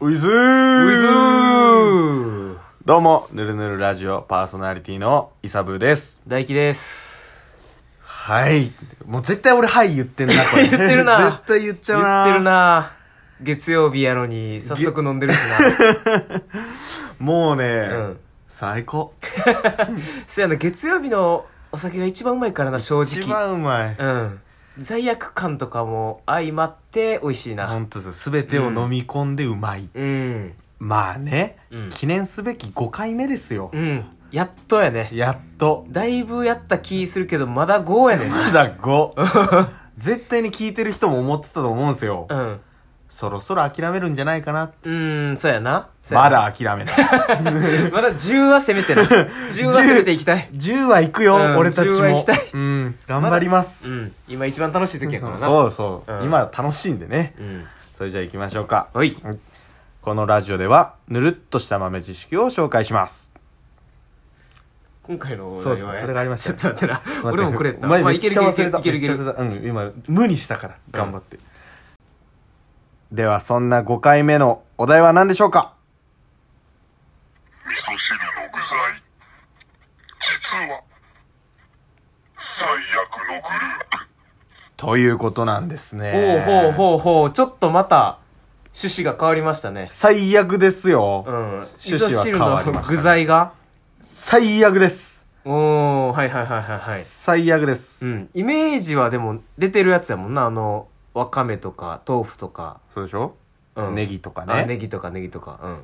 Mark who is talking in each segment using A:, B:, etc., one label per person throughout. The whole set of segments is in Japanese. A: ウィズー
B: ウィズー
A: どうも、ぬるぬるラジオパーソナリティのイサブーです。
B: 大輝です。
A: はい。もう絶対俺はい言ってんな、これ。
B: 言ってるな
A: 絶対言っちゃうな。
B: 言ってるな月曜日やのに、早速飲んでるし な。
A: もうね、
B: ん
A: 最高。
B: そうやな、月曜日のお酒が一番うまいからな、正
A: 一
B: 直。
A: 番うまい。
B: うん。罪悪感とかも相まって美味しい
A: ほ
B: な。
A: んとです。すべてを飲み込んでうまい。
B: うん。
A: まあね、
B: うん
A: 記念すべき5回目ですよ。
B: うん。やっとやね。
A: やっと。
B: だいぶやった気するけど、まだ5やね。
A: まだ5。絶対に聞いてる人も思ってたと思うんですよ。
B: うん。
A: そろそろ諦めるんじゃないかな。
B: うん、そうやな。そうや
A: ま
B: な。
A: だ諦めない。
B: まだ10は攻めてな。10は攻めてい きたい。
A: 10は行くよ、
B: うん
A: 俺たちも。
B: 10は行きたい
A: うん、頑張ります。
B: うん。今一番楽しい時やからな。
A: そうそう、
B: うん
A: 今楽しいんでね。
B: うん。
A: それじゃあ行きましょうか。
B: はい。
A: このラジオでは、ぬるっとした豆知識を紹介します。
B: 今回のお題は
A: そうそうそれがありましたね
B: ちょっと待ってな。
A: 待って
B: 俺もこれやった。
A: お前
B: まあ
A: め
B: い
A: っち
B: けるい
A: ゃ
B: ける
A: 忘れ
B: いける
A: た。
B: いけるいけ
A: めっちゃ
B: る。
A: 忘れたうん、今、無にしたから、頑張って。では、そんな5回目のお題は何でしょうか
C: 味噌汁の具材実は最悪のグループ
A: ということなんです
B: ほう
A: ね。
B: ほうほうほう。ちょっとまた、趣旨が変わりましたね。
A: 最悪ですよ。
B: うん。
A: 趣旨は変わりましたね
B: 味噌汁の具材が
A: 最悪です、
B: おー、はいはいはいはいはい。
A: 最悪です。
B: うん。イメージはでも出てるやつやもんな。あの、わかめとか、豆腐とか。
A: そうでしょ、
B: うん。
A: ネギとか
B: あ
A: ね。
B: ネギとかネギとか。うん。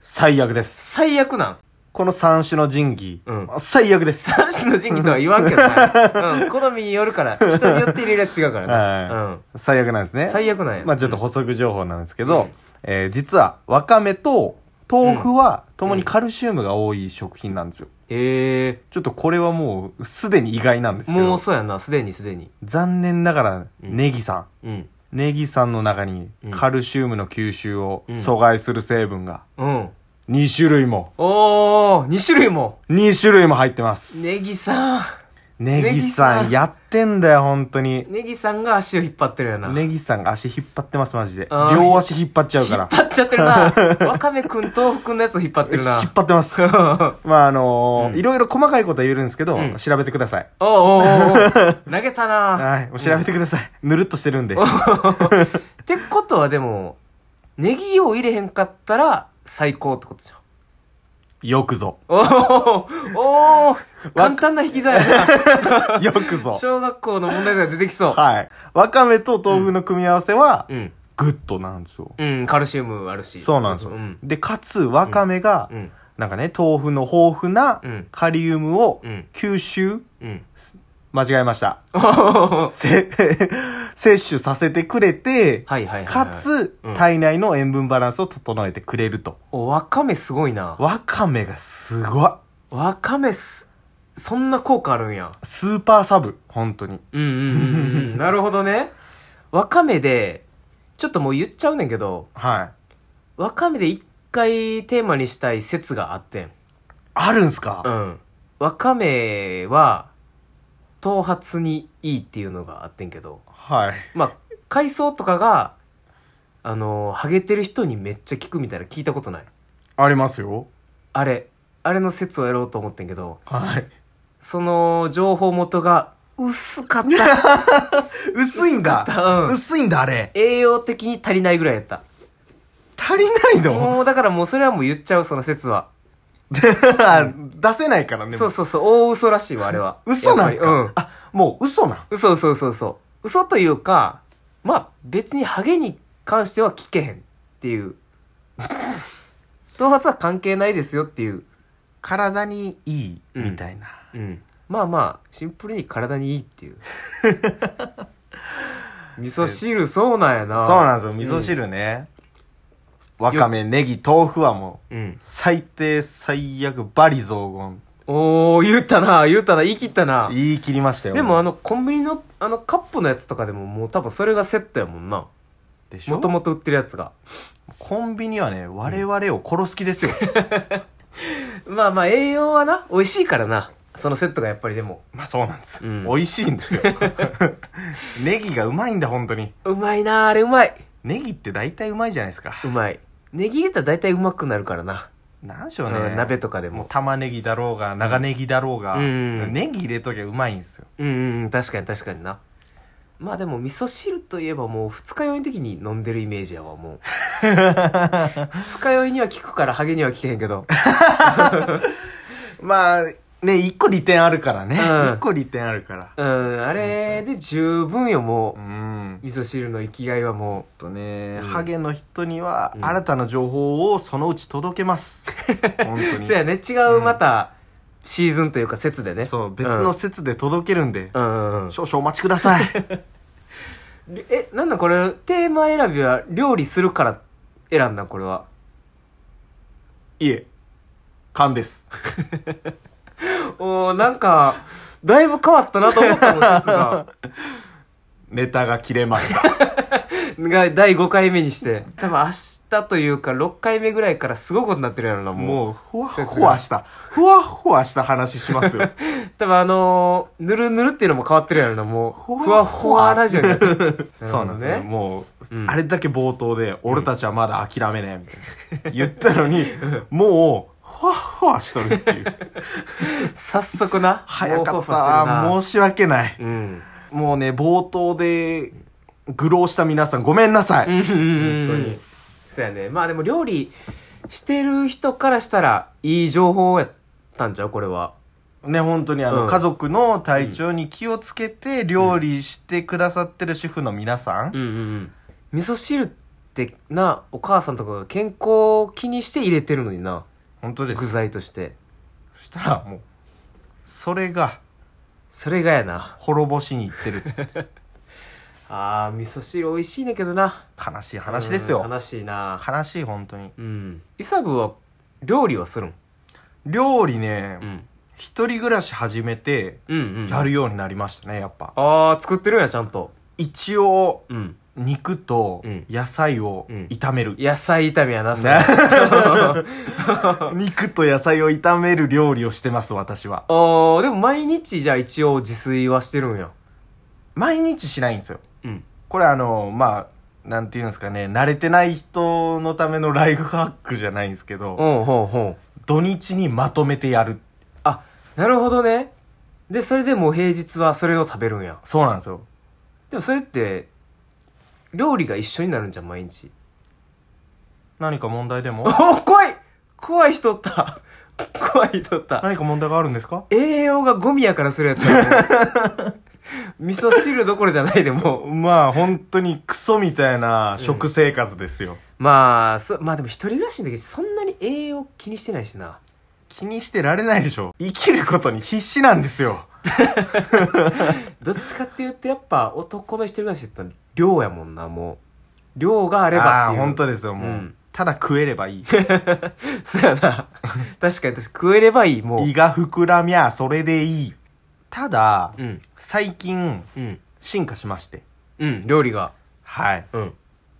A: 最悪です。
B: 最悪なん。
A: この三種の神器、
B: うん
A: 最悪です。
B: 男子の人気とは言わんけどな。うん。好みによるから。人によって入れるやつ違うから
A: は
B: ね。
A: い最悪なんです
B: う
A: ね。
B: ん。最悪なんや。
A: まあちょっと補足情報なんですけど、
B: うん
A: えー実は、わかめと豆腐は、ともにカルシウムが多い食品なんですよ。
B: へえ。
A: ちょっとこれはもう、すでに意外なんですけ
B: も
A: ど
B: う、そうやんな。すでにすでに。
A: 残念ながら、ネギさん。
B: うん。
A: ネギさんの中に
B: うん
A: カルシウムの吸収を
B: うん
A: 阻害する成分が
B: うん。
A: 2種類も、
B: おー、2種類も。
A: 2種類も入ってます。
B: ネギさん。
A: ネギ
B: ネギ
A: さ
B: さ
A: ん
B: ん
A: やってんだよ、本当に。
B: ネギさんが足を引っ張ってるよな。
A: ネギさんが足引っ張ってます、マジで。
B: あー
A: 両足引っ張っちゃうから。
B: 引っ張っちゃって るな。わかめくん、豆腐くんのやつを引っ張ってるな。
A: 引っ張ってます。まあ、あのー
B: うん
A: いろいろ細かいことは言えるんですけど、
B: うん
A: 調べてください。
B: おうおうおうおう投げたな。
A: はい。もう調べてください。ぬるっとしてるんで。
B: ってことはでも、ネギを入れへんかったら最高ってことじゃん。
A: よく ぞ。
B: おーおー簡単な引き 算やな。
A: よくぞ。
B: 小学校の問題では出てきそう。
A: はい。わかめと豆腐の組み合わせは、
B: うん。
A: グッドなんですよ。
B: うん、カルシウムあるし。
A: そうなんですよ。
B: うん。
A: で、かつ、わかめが、
B: うん。
A: なんかね、豆腐の豊富な
B: うん
A: カリウムを
B: うん
A: 吸収、
B: うん。
A: 間違えました。せ 摂取させてくれて、
B: はいはいはいはい。
A: か、つ
B: うん、
A: 体内の塩分バランスを整えてくれると。
B: お、わかめすごいな。
A: わかめがすごい。
B: わかめす、そんな効果あるんや。
A: スーパーサブ、本当に。
B: うんうんうんうん。なるほどね。わかめで、ちょっともう言っちゃうねんけど、
A: はい。
B: わかめで一回テーマにしたい説があってん。
A: あるんすか、
B: うん。わかめは、頭髪にいいっていうのがあってんけど、
A: はい。
B: まあ、海藻とかが、あのー、ハゲてる人にめっちゃ効くみたいな聞いたことない。
A: ありますよ。
B: あれ、あれの説をやろうと思ってんけど、
A: はい。
B: その情報元が薄かった。
A: 薄いんだ
B: 薄かった うん
A: 薄いんだ、あれ。
B: 栄養的に足りないぐらいやった。
A: 足りないの
B: もうだからもうそれはもう言っちゃう、その説は。
A: 出せないからね。。
B: そうそうそう、大嘘らしいわ、あれは
A: 嘘なんすか、
B: やっぱ
A: あ、もう嘘なん。
B: りうん。嘘そうそうそう。嘘というか、まあ別にハゲに関しては聞けへんっ ていう。頭髪は関係ないですよっていう。
A: 体にいい、
B: うん
A: みたいな。
B: うん。まあまあ、シンプルに体にいいっ ていう。味噌汁、そうなんやな。
A: そうなんですよ、味噌汁ね。わかめ、ネギ、豆腐はもう、
B: うん。
A: 最低、最悪、バリ雑言。
B: おー、言ったな、言ったな、言い切ったな。
A: 言い切りましたよ。
B: でもあ
A: の、
B: の、コンビニの、あの、カップのやつとかでももう多分それがセットやもんな。
A: でし
B: も
A: ょ
B: ともと売ってるやつが。
A: コンビニはね、我々を殺す気ですよ。
B: まあまあ栄養はな、美味しいからな。そのセットがやっぱりでも。
A: まあそうなんです。
B: うん
A: 美味しいんですよ。 ネギがうまいんだ、本当に。
B: うまいなあれうまい。
A: ネギって大体うまいじゃないですか。
B: うまい。ねぎれたら大体うまくなるからな。
A: なんでしょう
B: う
A: ね。
B: ん鍋とかでも
A: もう玉ねぎだろうが、長ネギだろうが、
B: うん
A: ネギ入れときゃうまいんですよ。
B: うんうんうん、確かに確かにな。まあでも味噌汁といえばもう二日酔いの時に飲んでるイメージやわ、 もう。二日酔いには効くからハゲには効けへんけど。
A: まあ、ね、一個利点あるからね。
B: うん
A: 一個利点あるから。
B: うん、あれで十分よ、も
A: うん
B: う。。味噌汁の生きがいはも
A: ちょっとね、
B: うん
A: ハゲの人には
B: うん
A: 新たな情報をそのうち届けます。 本当
B: う。
A: に
B: そうやね、違うまた、シーズンというか節でね。
A: そう、別の説で届けるんで、
B: うん。うんうんうん。
A: 少々お待ちください。
B: え、なんだこれ、テーマ選びは料理するから選んだんこれは。
A: いえ、勘です。
B: おー、なんか、だいぶ変わったなと思ったもん、説 が。
A: ネタが切れました。
B: が第5回目にして、多分明日というか6回目ぐらいからすごいことになってるやろな、も う。
A: もう、ふわふわした、ふわふわした話しますよ。
B: 多分あのー、ぬるぬるっていうのも変わってるやろな、もう。ふ
A: ふ
B: わ
A: わ
B: ふ
A: ふ
B: わ
A: わ
B: ラジオになってる
A: そうなんです
B: な
A: ね。
B: るほどね
A: もう、
B: うん
A: あれだけ冒頭で、俺たちはまだ諦めねえ、み たいな。言ったのに、もう、ふわふわしとるっていう。
B: 早速な。
A: 早か
B: も
A: っ
B: うふわふわしてる
A: た。
B: な
A: 申し訳ない。
B: うん。
A: もうね、冒頭で、愚弄した皆さん、ごめんなさい。
B: うんうんう
A: 本当
B: ん
A: に。
B: そうやね。まあでも料理してる人からしたら、いい情報やったんちゃうこれは。
A: ね、本当にあの、
B: うん
A: 家族の体調に気をつけて料理してくださってる主婦の皆さん、
B: んうんうん。味噌汁ってな、お母さんとかが健康を気にして入れてるのにな。
A: 本当で
B: 具
A: す。
B: 材として。
A: そしたらもう、それが
B: それがやな。
A: 滅ぼしにいってる。
B: あー、味噌汁美味しいねんけどな。
A: 悲しい話ですよ
B: うん。悲しいな。
A: 悲しい、本当に。
B: うん。イサブは料理はするん
A: 料理ね、
B: ん。
A: 一人暮らし始めて、
B: うんうん。
A: やるようになりましたね、やっぱ。
B: あー、作ってるんや、ちゃんと。
A: 一応、
B: うん。
A: 肉と
B: うん
A: 野菜を
B: うん
A: 炒める。
B: 野菜炒めやな、そ れ。
A: ね肉と野菜を炒める料理をしてます、私は。
B: おー、でも毎日じゃあ一応自炊はしてるんや。
A: 毎日しないんですよ。
B: うん。
A: これあの、まあ、なんていうんですかね、慣れてない人のためのライフハックじゃないんですけど、
B: おうほうほう。
A: 土日にまとめてやる。
B: あ、なるほどね。で、それでもう平日はそれを食べるんや。
A: そうなんですよ。
B: でもそれって、料理が一緒になるんじゃん、毎日。
A: 何か問題で も
B: おー、怖い怖い人おった。 怖い人おった。
A: 何か問題があるんですか
B: 栄養がゴミやからするやつだ よ味噌汁どころじゃないでも う
A: まあ、本当にクソみたいな食生活ですよ。
B: まあそまあでも一人暮らしの時そんなに栄養気にしてないしな
A: 気にしてられないでしょ。生きることに必死なんですよ。
B: どっちかっていうとやっぱ男の一人暮らしって言ったら量やもんなもう量があれば
A: あ
B: っ
A: あー、
B: ていう
A: 本当ですよ、もう。
B: うん
A: ただ食えればいい。
B: そうや な確かに確かに食えればいいもう
A: 胃が膨らみゃ、それでいい。ただ、
B: うん
A: 最近、
B: うん
A: 進化しまして。
B: うん料理が
A: はい。
B: うん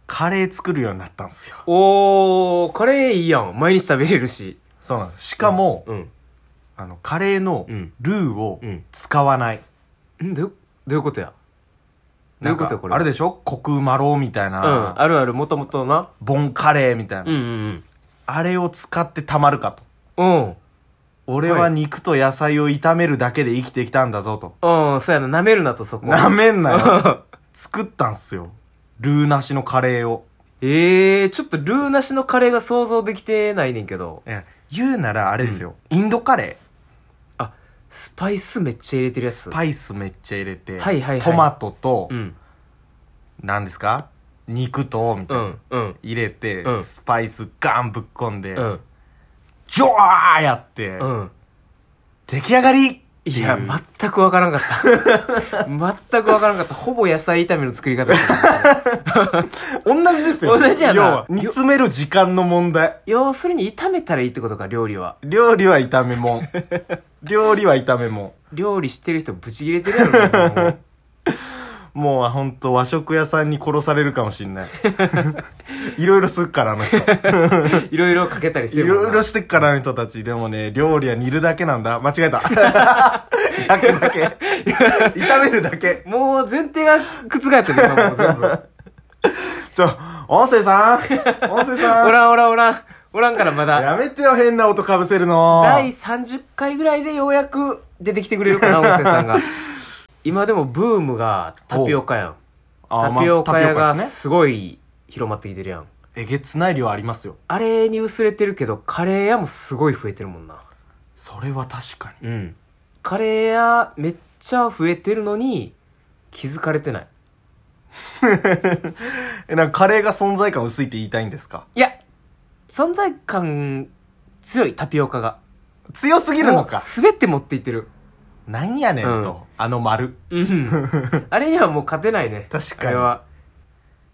A: カレー作るようになったんですよ。
B: おーカレーいいやん毎日食べれるし
A: そうなんです。しかも、
B: うん
A: あの、カレーの
B: うん
A: ルーを
B: うん
A: 使わない。
B: んどうどういうことやどういうこと
A: なん
B: や
A: か
B: これ
A: あれでしょコクうまろうみたい
B: うん
A: な、
B: あるあるもともとな
A: ボンカレーみたいな、
B: うんうん
A: あれを使ってたまるかと。
B: うんうん
A: 俺
B: は
A: はい肉と野菜を炒めるだけで生きてきたんだぞと。
B: うん、そうやな、舐めるなとそこ。
A: なめんな よ。作ったんすよ。ルーなしのカレーを。
B: ええー、ちょっとルーなしのカレーが想像できてないねんけど。
A: え言うならあれですよ。インドカレ
B: あ、スパイスめっちゃ入れてる
A: ー。
B: やつ。
A: スパイスめっちゃ入れて、
B: はいはいはい
A: トマトと、
B: うん、
A: 何ですか肉と、みた
B: う
A: いな。
B: ん、うん、
A: 入れて、
B: うん
A: スパイスガンぶっ込んで、
B: うん、
A: ジョワーやって、
B: うん。
A: 出来上がりって
B: い
A: い
B: や、
A: や、
B: 全くわからん かった。全くわからんかった。ほぼ野菜炒めの作り方だった。
A: 同じですよ。
B: 同じやな
A: 要は、煮詰める時間の問題。
B: 要するに炒めたらいいってことか、料理は。
A: 料理は炒め もん。料理は炒めも。
B: 料理してる人ブチ切れてるやろな、もうん
A: もう、ほんと、和食屋さんに殺されるかもしん ない。いろいろすっから、あの人。
B: いろいろかけたりす
A: い
B: るもんな
A: ろいろしてっから、あの人たち。でもね、料理は煮るだけなんだ。間違 えた。焼くだけ。炒めるだけ。
B: もう前提が覆ってるよ、もう全部。
A: ちょ、音声さん音声さん
B: おらんおらんおらん。おらんからまだ。
A: やめてよ、変な音かぶせるの。
B: 第30回ぐらいでようやく出てきてくれるかな、音声さんが。今でもブームがタピオカやん。
A: あ
B: タ
A: まあ
B: ピオカ
A: タ
B: 屋が
A: ピオカですね
B: すごい広まってきてるやん。
A: えげつない量ありますよ。
B: あれに薄れてるけど、カレー屋もすごい増えてるもんな。
A: それは確かに。
B: うん。カレー屋めっちゃ増えてるのに気づかれてない。
A: え、なんかカレーが存在感薄いって言いたいんですか
B: いや、存在感強いタピオカが。
A: 強すぎるのか。
B: 滑って持っていってる。
A: なんやねん
B: うん
A: と。あの丸。
B: うん。 あれにはもう勝てないね。
A: 確かに
B: あれは。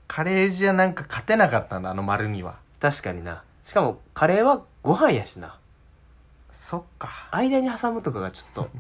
A: カレーじゃなんか勝てなかったんだ、あの丸には。
B: 確かにな。しかも、カレーはご飯やしな。
A: そっか。
B: 間に挟むとかがちょっと、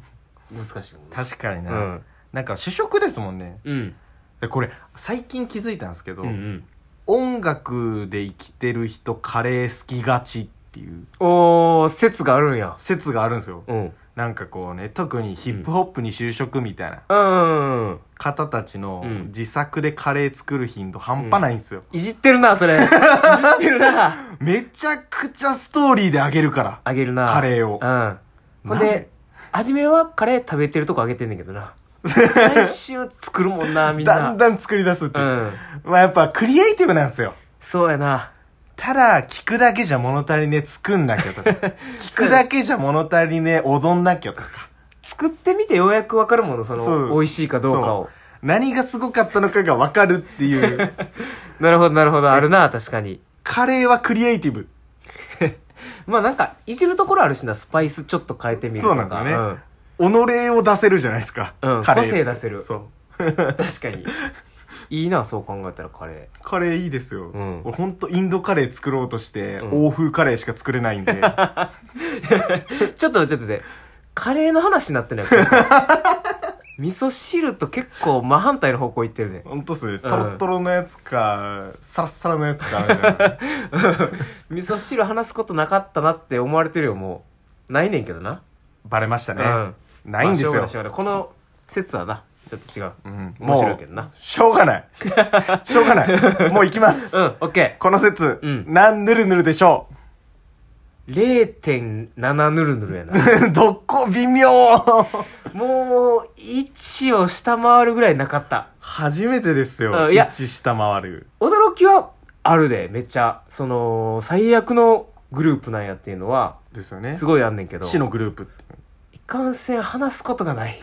B: 難しいも んね。
A: 確かにな。
B: うん
A: なんか主食ですもんね。
B: うん。
A: で、これ、最近気づいたんですけど、
B: うんうん。
A: 音楽で生きてる人カレー好きがちっていう
B: おー、説があるんや。
A: 説があるんですよ。
B: うん。
A: なんかこうね、特にヒップホップに就職みたいな
B: うんうんうん。
A: 方たちの
B: うん
A: 自作でカレー作る頻度半端ないんですよ。
B: いじってるな、それ。いじってるな。
A: めちゃくちゃストーリーであげるから。
B: あげるな。
A: カレーを
B: うん。ほん
A: な
B: で
A: ぜ、
B: 初めはカレー食べてるとこあげてんねんけ どな。最終作るもんな、みんな。
A: だんだん作り出すっていう。
B: うん。
A: まあやっぱクリエイティブなんですよ。
B: そうやな。
A: ただ、聞くだけじゃ物足りねえ作んなきゃ とか。聞くだけじゃ物足りねえ踊んなきゃとか。
B: 作ってみてようやくわかるもの、その、
A: そう
B: 美味しいかどうかを
A: そ。何がすごかったのかがわかるって いう。
B: なるほど、なるほど。あるな、確かに。
A: カレーはクリエイティブ。
B: まあなんか、いじるところあるしな、スパイスちょっと変えてみると
A: そ
B: か。
A: うなんですよね。己を出せるじゃないですか。
B: うん
A: カレー
B: 個性出せる
A: そう。
B: うん確かに。いいな、そう考えたらカレ
A: カレーいいですよ。
B: ん
A: 俺ほんとインドカレー作ろうとして、
B: ん
A: 欧風カレーしか作れないん で。
B: ー。ちょっと、ちょっとで、カレーの話になっ てないこれ味噌汁と結構真反対の方向行ってるね。
A: ほんとっすね。トロトロのやつか、サラッサラのやつか、みたい な。
B: 味噌汁話すことなかったなって思われてるよ、もう。ないねんけどな。
A: バレましたね。
B: うん
A: ないんですよ。
B: まあしょうがなしょうがないこの説はな、ちょっと違う。
A: うん
B: 面白いけどな
A: もうしょうがない。 しょうがない。もう行きます。
B: うん、オッケ
A: この説、
B: うん
A: なんぬるぬるでしょ
B: ー。0.7ぬるぬるやな。
A: う。 どこ微妙
B: もう、1を下回るぐらいなかった。
A: 初めてですよ。
B: うんいや
A: 一下回る。
B: 驚きはあるで、めっちゃ。その、最悪のグループなんやっていうのは、
A: ですよね。
B: すごいあんねんけど。
A: 死のグループって。
B: いかんせん話すことがない。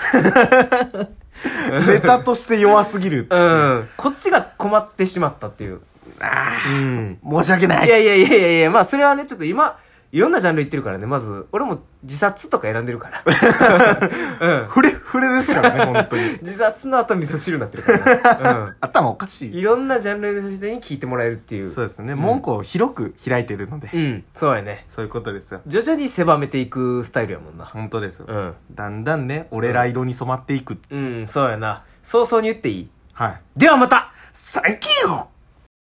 A: ネタとして弱すぎる。
B: うん。こっちが困ってしまったっていう。うん。
A: 申し訳ないい。
B: やいやいやいやいや、まあそれはね、ちょっと今、いろんなジャンル言ってるからね、まず、俺も自殺とか選んでる から。うん。
A: フレフレですからね、本当 に。
B: 自殺の後味噌汁になってるから、ね。
A: 頭おかし
B: うん。い
A: い。
B: ろんなジャンルの人に聞いてもらえるっていう。
A: そううですね。門戸を広く開いてるので。
B: ん、そうやね。
A: そういうことですよ。
B: 徐々に狭めていくスタイルやもんな。
A: 本当ですよ。
B: うん。
A: だんだんね、俺ら色に染まっていく。
B: うん、そうやな。早々に言っていい
A: はい。
B: ではまた
A: サンキュー